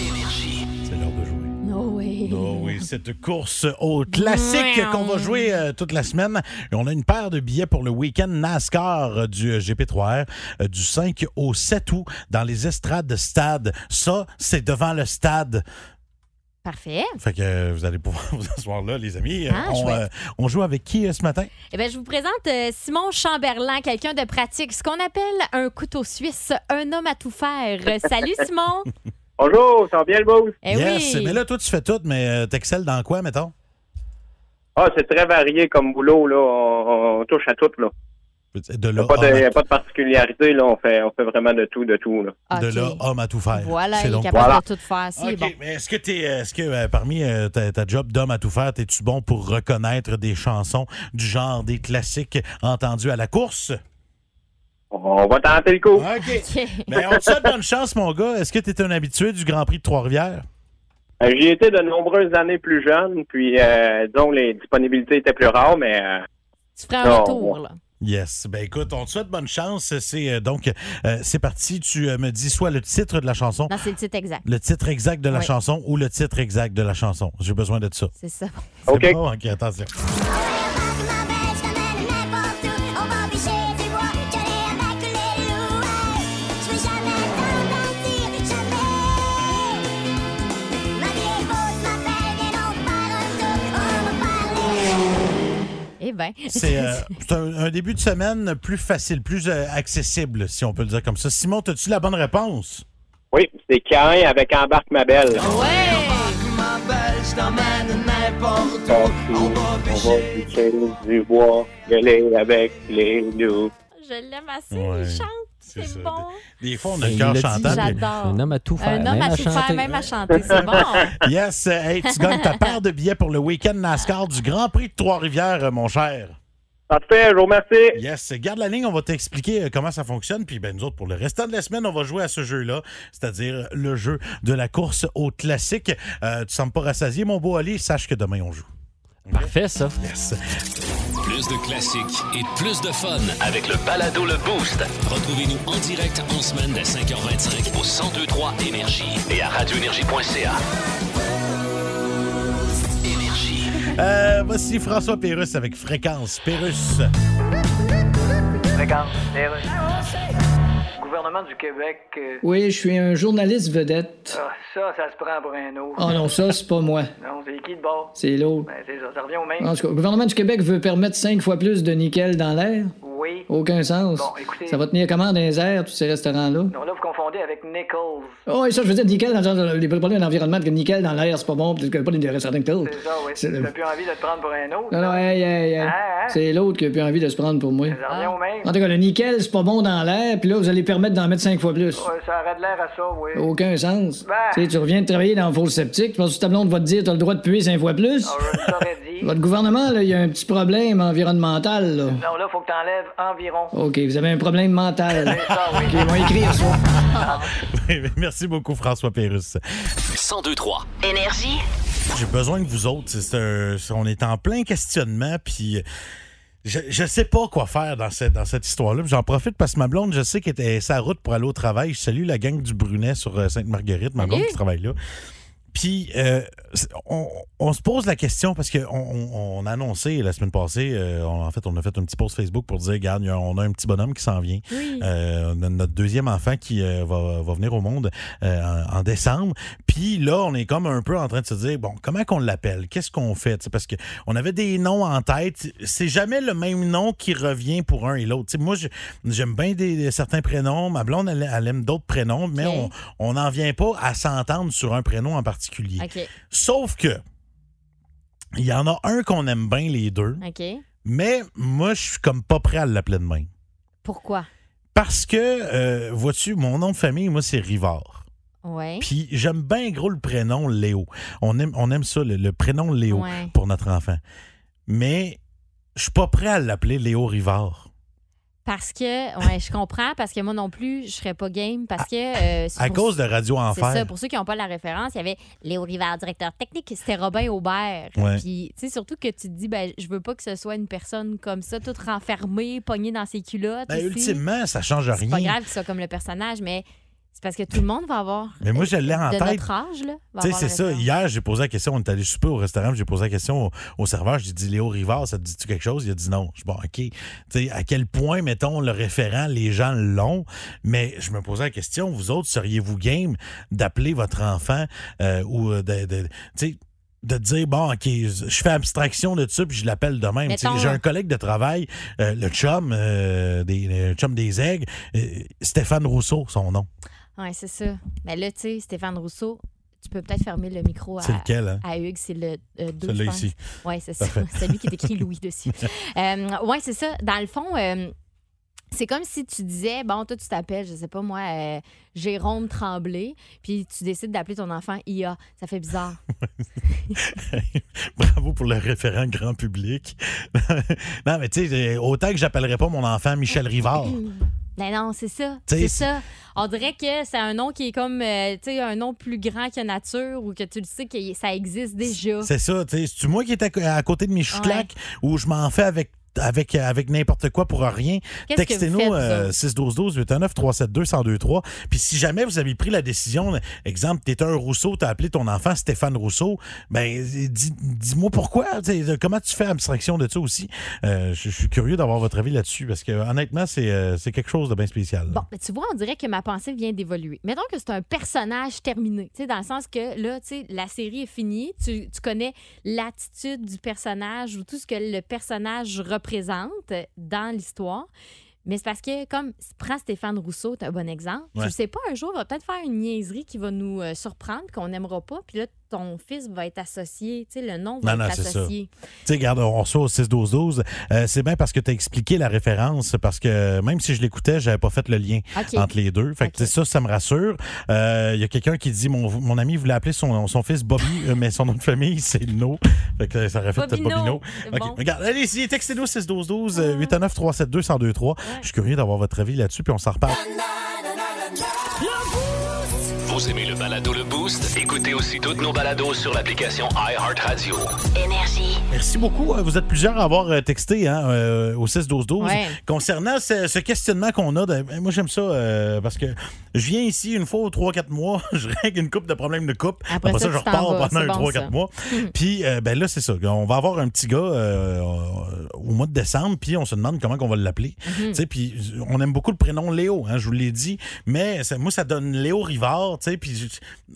B: Énergie.
C: C'est l'heure de jouer.
G: No way.
C: Oh oui, cette course au classique qu'on va jouer euh, toute la semaine. Et on a une paire de billets pour le week-end NASCAR euh, du euh, GP3R euh, du 5 au 7 août dans les estrades de stade. Ça, c'est devant le stade.
G: Parfait.
C: Fait que euh, vous allez pouvoir vous asseoir là, les amis. Euh,
G: Ah,
C: on,
G: chouette.
C: euh, on joue avec qui euh, ce matin?
G: Eh bien, je vous présente euh, Simon Chamberlain, quelqu'un de pratique, ce qu'on appelle un couteau suisse, un homme à tout faire. Euh, Salut, Simon.
I: Bonjour, ça va bien le boost?
G: Eh
C: yes.
G: oui.
C: Mais là, toi, tu fais tout, mais euh, t'excelles dans quoi, mettons?
I: Ah, c'est très varié comme boulot, là. On, on touche à tout, là.
C: De
I: Il
C: là, ah, ben.
I: n'y a pas de,
C: homme
I: y a pas de particularité, là. On fait, on fait vraiment de tout, de tout, là.
C: à, de
G: OK.
C: là, homme à tout faire.
G: Voilà,
C: C'est
G: il est
C: donc
G: capable
I: Voilà.
G: de tout faire. C'est
C: OK,
G: bon.
C: mais est-ce que, t'es, euh, est-ce que euh, parmi euh, ta, ta job d'homme à tout faire, es-tu bon pour reconnaître des chansons du genre des classiques entendus à la course?
I: On va tenter le coup.
C: OK.
G: OK.
C: Mais on te souhaite bonne chance, mon gars. Est-ce que tu es un habitué du Grand Prix de Trois-Rivières?
I: Euh, J'y étais de nombreuses années plus jeune, puis euh, disons, les disponibilités étaient plus rares, mais euh,
G: Tu feras un
I: Non,
G: retour,
I: moi.
G: là.
C: Yes. Ben écoute, on te souhaite bonne chance. C'est euh, donc, euh, c'est parti. Tu euh, me dis soit le titre de la chanson,
G: Non, c'est le titre exact.
C: le titre exact de la
G: Oui.
C: chanson ou le titre exact de la chanson. J'ai besoin de ça.
G: C'est ça.
C: C'est
I: OK.
C: bon? OK, attention.
G: Eh bien.
C: C'est euh, c'est un, un début de semaine plus facile, plus euh, accessible, si on peut le dire comme ça. Simon, as-tu la bonne réponse?
I: oui, c'est Cain avec Embarque ma belle.
G: Ouais.
I: On va piquer du bois, gueuler avec les loups.
G: Je l'aime assez.
C: Ouais.
G: Il chante.
C: C'est ça.
G: C'est bon.
C: Des fois, on a
F: Et
C: le
F: il
C: cœur
F: l'a dit,
C: chantant. puis-
G: J'adore.
F: Un homme à tout faire.
G: Un homme
F: même
G: à tout faire,
F: chanter.
G: même à chanter. C'est bon.
C: Yes, euh, hey, tu gagnes ta paire de billets pour le week-end NASCAR du Grand Prix de Trois-Rivières, euh, mon cher.
I: Parfait, je vous remercie.
C: Yes, garde la ligne, on va t'expliquer euh, comment ça fonctionne. Puis ben, nous autres, pour le restant de la semaine, on va jouer à ce jeu-là, c'est-à-dire le jeu de la course au classique. Euh, tu sembles pas rassasié, mon beau Ali, sache que demain on joue.
F: Parfait, ça.
C: Yes.
A: Plus de classiques et plus de fun.
B: Avec le balado Le Boost
A: Retrouvez-nous en direct en semaine dès 5h25
B: au 1023 Énergie et à radioénergie.ca. Énergie.
C: Euh, voici François Pérus avec Fréquence Pérus.
D: Fréquence, les rues. Gouvernement du Québec. euh,
E: Oui, je suis un journaliste vedette.
D: ah, ça, ça se prend pour un autre.
E: Oh non, ça, c'est pas moi.
D: Non, c'est qui de bord?
E: C'est l'autre.
D: Ben, c'est ça, ça revient au même.
E: En tout cas, le gouvernement du Québec veut permettre cinq fois plus de nickel dans l'air.
D: Oui.
E: Aucun sens.
D: Bon, écoutez-
E: Ça va tenir comment dans les airs, tous ces restaurants-là?
D: Non, là, vous confondez avec Nichols.
E: Oh, et ça, je veux dire, nickel dans le le problème de l'environnement, que nickel dans l'air, c'est pas bon, peut-être qu'il y a pas des restaurants que
D: C'est ça, oui.
E: C'est le-
D: T'as plus envie de te prendre pour un autre.
E: Non, non,
D: là.
E: hey, hey, hey.
D: Ah, ah.
E: C'est l'autre qui a plus envie de se prendre pour moi.
D: Ça revient au même.
E: En tout cas, le nickel, c'est pas bon dans l'air, puis là, vous allez permettre d'en mettre cinq fois plus.
D: Ouais, ça aurait de l'air à ça, oui.
E: Aucun sens.
D: Ben.
E: Tu sais, tu reviens de travailler dans le faux septique, tu penses que ta blonde va te dire t'as le droit de puer cinq fois plus?
D: Alors, je vous aurais dit.
E: Votre gouvernement, là, il y a un petit problème environnemental, là.
D: Non, là, faut que t'enlèves environ.
E: OK, vous avez un problème mental.
D: C'est ça, oui.
E: OK, ils vont écrire ça.
C: Merci beaucoup, François Pérus.
B: 1023
J: Énergie.
C: J'ai besoin de vous autres. C'est- c'est un- c'est- on est en plein questionnement, puis je ne sais pas quoi faire dans cette, dans cette histoire-là. Puis J'en profite parce que ma blonde, je sais qu'elle était sa route pour aller au travail. Je salue la gang du Brunet sur euh, Sainte-Marguerite, ma blonde qui travaille là. Puis, euh, c'est- on, on se pose la question parce qu'on on, on a annoncé la semaine passée, euh, on- en fait, on a fait un petit post Facebook pour dire, regarde, il y a- on a un petit bonhomme qui s'en vient.
G: Oui.
C: Euh, on a notre deuxième enfant qui euh, va, va venir au monde euh, en, en décembre. Puis là, on est comme un peu en train de se dire, bon, comment qu'on l'appelle? Qu'est-ce qu'on fait? Tu sais, parce que on avait des noms en tête. C'est jamais le même nom qui revient pour un et l'autre. Tu sais, moi, je- j'aime bien des, des- certains prénoms. Ma blonde, elle, elle aime d'autres prénoms, mais
G: Ok.
C: on on n'en vient pas à s'entendre sur un prénom en particulier.
G: OK.
C: Sauf que, il y en a un qu'on aime bien les deux,
G: OK.
C: mais moi, je suis comme pas prêt à l'appeler de même.
G: Pourquoi?
C: Parce que, euh, vois-tu, mon nom de famille, moi, c'est Rivard.
G: Ouais.
C: Puis j'aime bien gros le prénom Léo. On aime, on aime ça, le, le prénom Léo
G: Ouais.
C: pour notre enfant. Mais je suis pas prêt à l'appeler Léo Rivard.
G: Parce que, ouais, je comprends, parce que moi non plus, je serais pas game, parce que... euh, c'est
C: À
G: pour-
C: cause de Radio
G: C'est
C: Enfer.
G: ça, pour ceux qui n'ont pas la référence, il y avait Léo Rivard, directeur technique, c'était Robin Aubert.
C: Ouais.
G: Puis, tu sais, surtout que tu te dis, ben, je veux pas que ce soit une personne comme ça, toute renfermée, pognée dans ses culottes.
C: Ben,
G: ici.
C: ultimement, ça change
G: c'est pas
C: rien.
G: grave qu'il soit comme le personnage, mais c'est parce que tout le monde va avoir. euh,
C: Mais moi, je l'ai en
G: de
C: tête.
G: notre âge, là. va
C: Tu sais,
G: avoir
C: c'est
G: la
C: ça.
G: référence.
C: Hier, j'ai posé la question. On est allé souper au restaurant. puis J'ai posé la question au, au serveur. J'ai dit Léo Rivard, ça te dit-tu quelque chose Il a dit non. Je dis bon, OK. Tu sais, à quel point, mettons, le référent, les gens l'ont. Mais je me posais la question vous autres, seriez-vous game d'appeler votre enfant euh, ou euh, de. de- tu sais, de dire, bon, OK, je fais abstraction de ça, puis je l'appelle de même. Tu sais,
G: Mettons-
C: J'ai un collègue de travail, euh, le chum, euh, des, le chum des aigles, euh, Stéphane Rousseau, son nom.
G: Ouais, c'est ça. Mais là, tu sais, Stéphane Rousseau, tu peux peut-être fermer le micro à,
C: C'est lequel, hein?
G: à Hugues, c'est le euh, 2.
C: Celui-là ici.
G: Oui, c'est ça. C'est lui qui est écrit Louis dessus. euh, oui, c'est ça. Dans le fond, euh, c'est comme si tu disais, bon, toi, tu t'appelles, je sais pas moi, euh, Jérôme Tremblay, puis tu décides d'appeler ton enfant IA. Ça fait bizarre.
C: Bravo pour le référent grand public. non, mais tu sais, autant que j'appellerais pas mon enfant Michel Rivard.
G: Mais non, c'est ça.
C: T'sais,
G: C'est
C: Ah. c'est-
G: ça. On dirait que c'est un nom qui est comme, euh, tu sais, un nom plus grand que nature ou que tu le sais que y- ça existe déjà.
C: C'est ça, tu sais. C'est-tu moi qui étais à, à côté de mes chouclacs où je m'en fais avec avec, avec n'importe quoi pour rien.
G: Qu'est-ce que vous
C: Textez-nous
G: faites,
C: euh,
G: vous
C: 612-12, 819 372 1023 Puis si jamais vous avez pris la décision, exemple, t'es un Rousseau, t'as appelé ton enfant Stéphane Rousseau, ben dis- dis-moi pourquoi. tu sais, Comment tu fais abstraction de ça aussi? Euh, Je je suis curieux d'avoir votre avis là-dessus parce que honnêtement, c'est euh, c'est quelque chose de bien spécial.
G: Bon, mais tu vois, on dirait que ma pensée vient d'évoluer. Mettons que c'est un personnage terminé, tu sais, dans le sens que là, tu sais, la série est finie, tu, tu connais l'attitude du personnage ou tout ce que le personnage représente dans l'histoire. Mais c'est parce que, comme prends Stéphane Rousseau, t'as un bon exemple.
C: Ouais.
G: Tu sais pas, un jour, il va peut-être faire une niaiserie qui va nous euh, surprendre, qu'on n'aimera pas, puis là, ton fils va être associé, tu sais, le nom va
C: Non, non,
G: être
C: c'est ça.
G: associé.
C: Tu sais, regarde, on reçoit au 6-12-12. Euh, c'est bien parce que tu as expliqué la référence, parce que même si je l'écoutais, j'avais pas fait le lien
G: OK.
C: entre les deux. Fait que
G: OK.
C: tu sais, ça, ça me rassure. Euh, Il y a quelqu'un qui dit mon, mon ami voulait appeler son, son fils Bobby, euh, mais son nom de famille, c'est No. Fait que ça aurait fait peut-être Bobino.
G: Bobino. C'est
C: OK.
G: bon. Ah.
C: Regarde, allez-y, textez-nous 6-12-12, euh, 819-372-1023. Je suis curieux d'avoir votre avis là-dessus, puis on s'en reparle.
B: Vous aimez le balado Le Boost? Écoutez aussi toutes nos balados sur l'application iHeartRadio.
J: Énergie.
C: Merci beaucoup. Euh, Vous êtes plusieurs à avoir euh, texté hein, euh, au 6-12-12.
G: Ouais.
C: Concernant ce, ce questionnement qu'on a, de- moi j'aime ça euh, parce que je viens ici une fois ou 3-4 mois, je règle une coupe de problèmes de couple.
G: Après ça,
C: je
G: tu t'en
C: repars
G: vas.
C: pendant
G: C'est
C: un
G: bon,
C: 3-4
G: ça. Hmm.
C: mois. Puis euh, ben là, c'est ça. On va avoir un petit gars euh, au mois de décembre, puis on se demande comment on va l'appeler.
G: Hmm.
C: Tu sais, Puis on aime beaucoup le prénom Léo, hein, je vous l'ai dit. Mais ça- moi, ça donne Léo Rivard. tu sais, Puis je-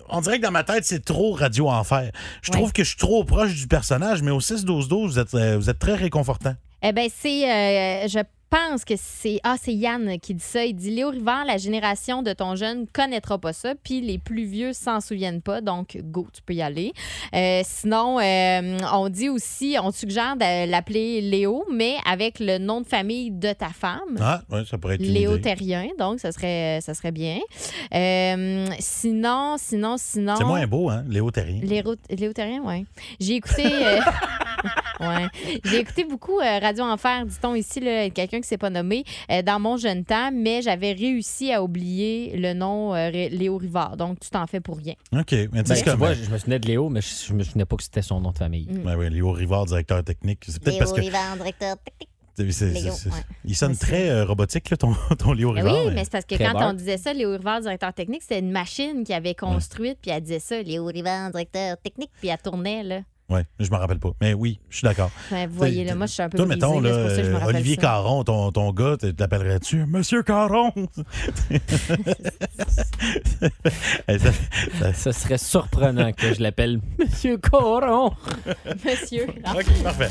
C: on dirait que dans ma tête, c'est trop Radio Enfer. Je
G: Ouais.
C: trouve que je suis trop proche du personnage, mais au 6-12-12, vous êtes, euh, vous êtes très réconfortant.
G: Eh bien, c'est. euh, je pense que c'est. Ah, c'est Yann qui dit ça. Il dit Léo Rivard, la génération de ton jeune connaîtra pas ça, puis les plus vieux s'en souviennent pas. Donc, go, tu peux y aller. Euh, sinon, euh, on dit aussi, on te suggère de l'appeler Léo, mais avec le nom de famille de ta femme.
C: Ah, ouais, ça pourrait être une
G: Léo
C: idée.
G: Terrien, donc ça serait, ça serait bien. Euh, sinon, sinon, sinon.
C: C'est moins beau, hein, Léo Terrien.
G: Léo, Léo Terrien, oui. J'ai écouté. euh, ouais. J'ai écouté beaucoup euh, Radio Enfer, dit-on ici, là, quelqu'un qui s'est pas nommé, euh, dans mon jeune temps, mais j'avais réussi à oublier le nom euh, Ré- Léo Rivard. Donc, tu t'en fais pour rien.
C: OK, mais tu sais,
F: Ben,
C: c'est
F: tu
C: comme-
F: vois, je me souvenais de Léo, mais je, je me souvenais pas que c'était son nom de famille.
C: Ben oui, Léo Rivard, directeur technique. C'est peut-être parce que.
J: Rivard, directeur.
C: c'est- c'est-
G: Léo,
C: c'est-
G: ouais.
C: Il sonne
G: Mais c'est-
C: très euh, robotique, là, ton, ton Léo
G: Mais
C: Rivard.
G: Ben oui,
C: mais-
G: mais c'est parce que
F: Très
G: quand
F: beurre.
G: on disait ça, Léo Rivard, directeur technique, c'était une machine qu'il avait construite, puis elle disait ça, Léo Rivard, directeur technique, puis elle tournait, là.
C: Ouais, je me rappelle pas. Mais oui, je suis d'accord.
G: Ben, vous voyez, là, moi, je suis un peu
C: Toi,
G: brisée,
C: mettons,
G: là,
C: là,
G: c'est pour ça que je me rappelle
C: Olivier
G: ça.
C: Caron, ton, ton gars, tu l'appellerais-tu Monsieur Caron Eh, ça- ça-
F: Ce serait surprenant que je l'appelle Monsieur Coron.
G: Monsieur. Rivard.
C: OK, parfait.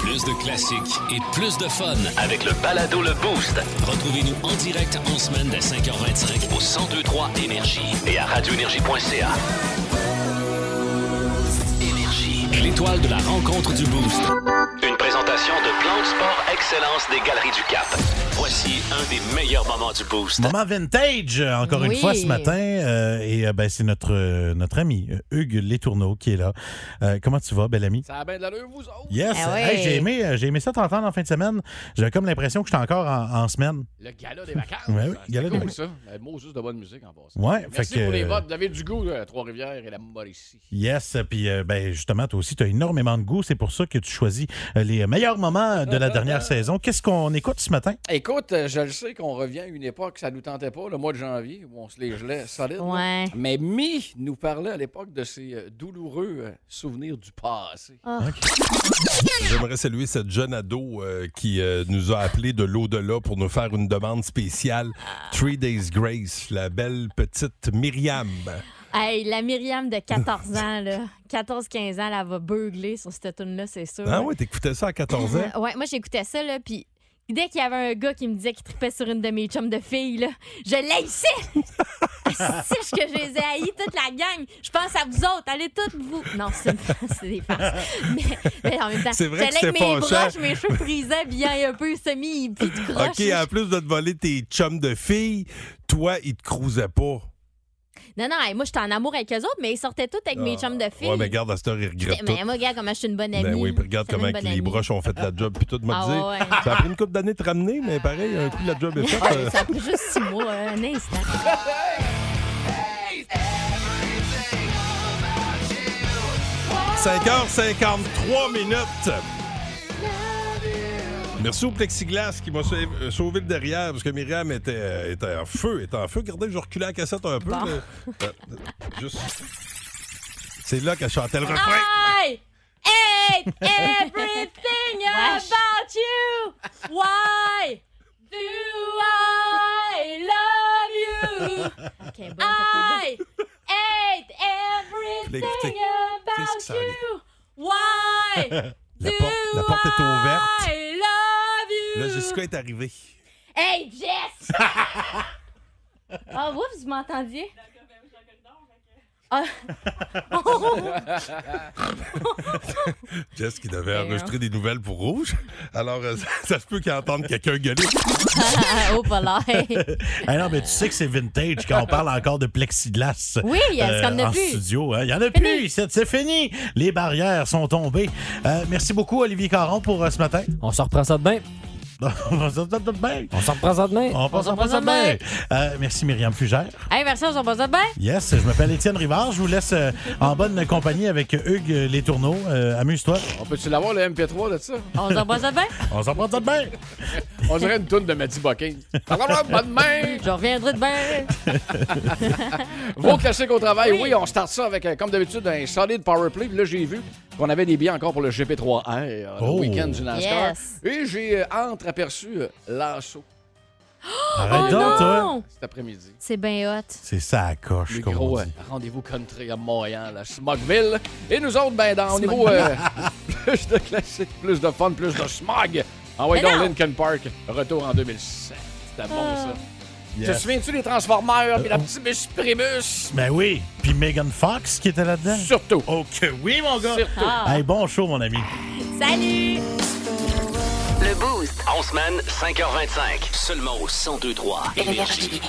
A: Plus de classiques et plus de fun.
B: Avec le balado Le Boost
A: Retrouvez-nous en direct en semaine dès 5h25
B: au 1023 Énergie et à radioénergie.ca. Énergie.
A: L'étoile de la rencontre du Boost.
B: Une présentation de Plan de Sport Excellence des Galeries du Cap. Voici un des meilleurs moments du Boost.
C: Moment vintage, euh, encore une
G: Oui.
C: fois ce matin. euh, et euh, ben, c'est notre, euh, notre ami euh, Hugues Létourneau qui est là. Euh, comment tu vas, bel ami?
K: Ça a bien de l'allure, vous autres.
C: Yes!
G: Ah ouais.
C: Hey, j'ai, aimé, euh, j'ai aimé ça t'entendre en fin de semaine. J'avais comme l'impression que j'étais encore en, en semaine.
K: Le gala des vacances.
C: Ouais, oui,
K: C'est
C: gala des
K: cool,
C: vacances.
K: ça. Le mot juste de bonne musique en passant.
C: Ouais,
K: Merci
C: fait que- euh,
K: pour les votes. Vous avez du goût, là, à Trois-Rivières et la Mauricie.
C: Yes, puis euh, ben, justement, toi aussi, tu as énormément de goût. C'est pour ça que tu choisis euh, les meilleurs moments de la dernière saison. Qu'est-ce qu'on écoute ce matin?
K: Écoute, euh, je le sais qu'on revient à une époque, ça nous tentait pas, le mois de janvier, où on se les gelait solide. là.
G: Ouais.
K: Mais Mi nous parlait à l'époque de ses euh, douloureux euh, souvenirs du passé.
L: J'aimerais saluer cette jeune ado euh, qui euh, nous a appelé de l'au-delà pour nous faire une demande spéciale. Three Days Grace, la belle petite Myriam.
G: Hey, la Myriam de 14 ans, là, 14-15 ans, là, elle va beugler sur cette tune-là, c'est sûr. Euh,
L: Ah ouais, t'écoutais ça à 14 ans?
G: Ouais, moi, j'écoutais ça, là, puis dès qu'il y avait un gars qui me disait qu'il tripait sur une de mes chums de filles, là, je l'haïssais! Sache que je les ai haïs, toute la gang! Je pense à vous autres, allez toutes vous! Non, c'est une- c'est des farces. Mais, mais en même temps,
L: C'est vrai que
G: j'allais avec
L: c'était
G: mes
L: fâchant.
G: broches, mes cheveux frisés, puis un peu semi puis de croche.
L: OK, en plus de te voler tes chums de filles, toi, ils te cruisaient pas.
G: Non, non, hey, moi, j'étais en amour avec eux autres, mais ils sortaient toutes avec mes chums de filles.
L: Ah, Ouais, mais regarde, à cette heure, ils regrettent
G: Mais
L: tout.
G: Ben, moi, regarde comment je suis une bonne amie.
L: Ben oui, puis regarde
G: Ça fait une
L: comment
G: bonne
L: que les
G: amie.
L: broches ont fait la job, puis tout, me
G: Ah
L: dire.
G: ouais, ouais.
L: Ça a pris une couple d'années de ramener, mais pareil, un coup, la job est faite. euh,
G: Ouais, ça a pris juste six mois, euh, un instant.
L: h 53 minutes. Merci au plexiglas qui m'a sauvé, euh, sauvé le derrière parce que Myriam était, euh, était en feu, était en feu. Regardez, je reculais la cassette un peu.
G: Bon.
L: là. Euh, euh, juste. C'est là qu'elle chantait le
G: Ah!
L: refrain.
G: I hate everything about you. Why do I love you? I hate
L: Puis là, écoutez,
G: everything
L: qu'est-ce qui
G: about
L: s'en vient?
G: you. Why
L: La
G: do
L: porte, la porte est ouverte.
G: I love
L: Là,
G: you?
L: Jessica est arrivée.
G: Hey, Jess! Ah, oups, vous m'entendiez? Ah. Oh,
L: Jess qui devait
G: Damn.
L: enregistrer des nouvelles pour Rouge. Alors, euh, ça, ça se peut qu'elle entende quelqu'un gueuler.
G: oh, pas là.
C: Ah non, mais tu sais que c'est vintage quand on parle encore de plexiglas. euh,
G: Oui, est-ce qu'on en a
C: en
G: plus?
C: studio. hein. Il y en a plus. C'est c'est fini. Les barrières sont tombées. Euh, merci beaucoup, Olivier Caron, pour euh, ce matin.
F: On se reprend ça demain.
C: on s'en
F: reprend ça demain.
C: On
G: On
C: s'en
G: s'en
C: reprend ça
G: reprend ça
C: demain. Euh, merci Myriam Fugère.
G: Hey, merci, on s'en passe de bien.
C: Yes, je m'appelle Étienne Rivard. Je vous laisse euh, en bonne compagnie avec Hugues euh, Les Tourneaux. Euh, Amuse-toi.
K: On peut-tu l'avoir, le MP3 de ça?
G: On s'en passe de bien.
C: On s'en prend ça demain.
K: On dirait une toune de Matty Bucking. Bonne
G: Je reviendrai demain.
K: Vos classiques au travail, oui, on start ça avec, euh, comme d'habitude, un solide power play. Puis Là, j'ai vu qu'on avait des billets encore pour le GP3R, euh,
C: Oh.
K: le week-end du NASCAR.
G: Yes.
K: Et j'ai euh, entreaperçu euh, l'assaut
C: Arrête donc, toi.
G: Oh, non!
K: cet après-midi.
G: C'est bien hot.
C: C'est ça à coche,
K: Le
C: comme
K: gros
C: on
K: euh,
C: dit.
K: rendez-vous country à Montréal, à Smogville. Et nous autres, ben, dans, au niveau
G: Smogville.
K: euh, plus de classiques, plus de fun, plus de smog. Ah Envoyez
G: Mais
K: donc
G: non.
K: Lincoln Park, retour en 2007. C'était bon, ça. Te
C: Yes. Oh.
K: souviens-tu des Transformers, puis la petite bus Primus?
C: Ben oui. Puis Megan Fox qui était là-dedans.
K: Surtout.
C: Oh que oui, mon gars.
K: Surtout.
G: Ah.
C: Hey, bon show, mon ami.
G: Salut!
B: Le Boost. En semaine, 5h25. Seulement au 102.3 Énergie.